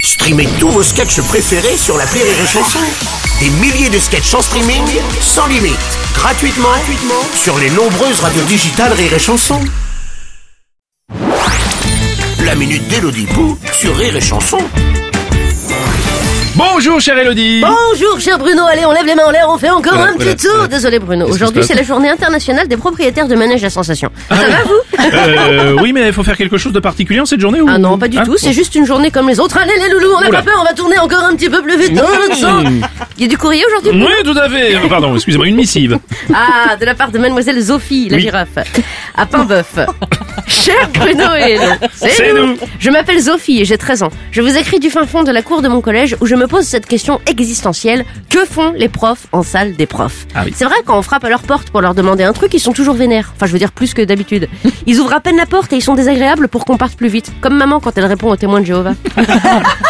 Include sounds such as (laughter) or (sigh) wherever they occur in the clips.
Streamez tous vos sketchs préférés sur la Rire et Chanson. Des milliers de sketchs en streaming, sans limite, gratuitement, gratuitement sur les nombreuses radios digitales Rire et Chanson. La minute d'Elodie Pou sur Rire et Chanson. Bonjour chère Elodie Bonjour cher Bruno, allez on lève les mains en l'air, on fait encore Voilà, un voilà, petit tour. voilà. Désolé Bruno, Qu'est-ce qui se aujourd'hui passe Ah c'est la journée internationale des propriétaires de manèges à sensation. Ça va vous euh, Oui mais il faut faire quelque chose de particulier en cette journée ou Hein Ah non, pas du tout, c'est juste une journée comme les autres. Allez les loulous, on n'a Oula. pas peur, on va tourner encore un petit peu plus vite dans l'autre sens. Il y a du courrier aujourd'hui Oui tout à fait Euh, Pardon, excusez-moi, une missive (laughs) Ah, de la part de mademoiselle Zophie, la Oui. girafe, (laughs) à Paimboeuf. Cher Bruno et Hélo, C'est nous. Je m'appelle Zophie et j'ai 13 ans. Je vous écris du fin fond de la cour de mon collège où je me pose cette question existentielle. Que font les profs en salle des profs Ah oui. C'est vrai, quand on frappe à leur porte pour leur demander un truc, ils sont toujours vénères. Enfin, je veux dire plus (laughs) que d'habitude. Ils ouvrent à peine la porte et ils sont désagréables pour qu'on parte plus vite. Comme maman quand elle répond aux témoins de Jéhovah.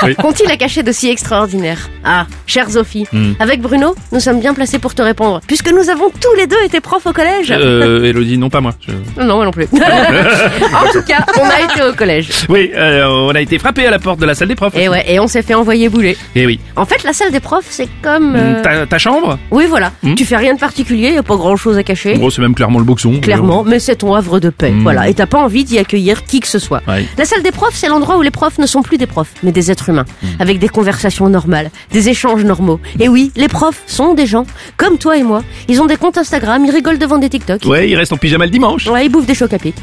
Oui. Qu'ont-ils à cacher de si extraordinaire Ah, chère Sophie, Hmm. avec Bruno, nous sommes bien placés pour te répondre, puisque nous avons tous les deux été profs au collège. Euh, euh, Elodie, non pas moi Je- Non, Non, moi non plus. (laughs) en tout cas, on a été au collège. Oui, euh, on a été frappé à la porte de la salle des profs Et ouais, et on s'est fait envoyer bouler. Eh oui En fait, la salle des profs, c'est comme... euh, Mm, Ta, ta chambre Oui, voilà. Hmm. Tu fais rien de particulier, y a pas grand-chose à cacher. En gros c'est même clairement le boxon Clairement, mais c'est ton havre de paix. Hmm. Voilà. Et t'as pas envie d'y accueillir qui que ce soit. Ouais. La salle des profs, c'est l'endroit où les profs ne sont plus des profs, mais des êtres humains, Hmm. avec des conversations normales, des échanges normaux. Et oui, les profs sont des gens, comme toi et moi. Ils ont des comptes Instagram, ils rigolent devant des TikTok. Ouais, il reste en pyjama le dimanche Ouais, ils bouffent des chocs à (laughs) pic.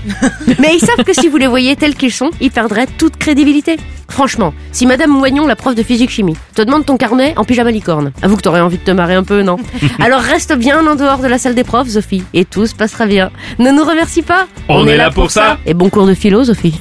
Mais ils savent que si vous les voyez tels qu'ils sont, ils perdraient toute crédibilité. Franchement, si Madame Moignon, la prof de physique-chimie, te demande ton carnet en pyjama licorne, avoue que t'aurais envie de te marrer un peu, non (laughs) Alors reste bien en dehors de la salle des profs, Sophie, et tout se passera bien. Ne nous remercie pas On est là pour ça. Et bon cours de philo, Sophie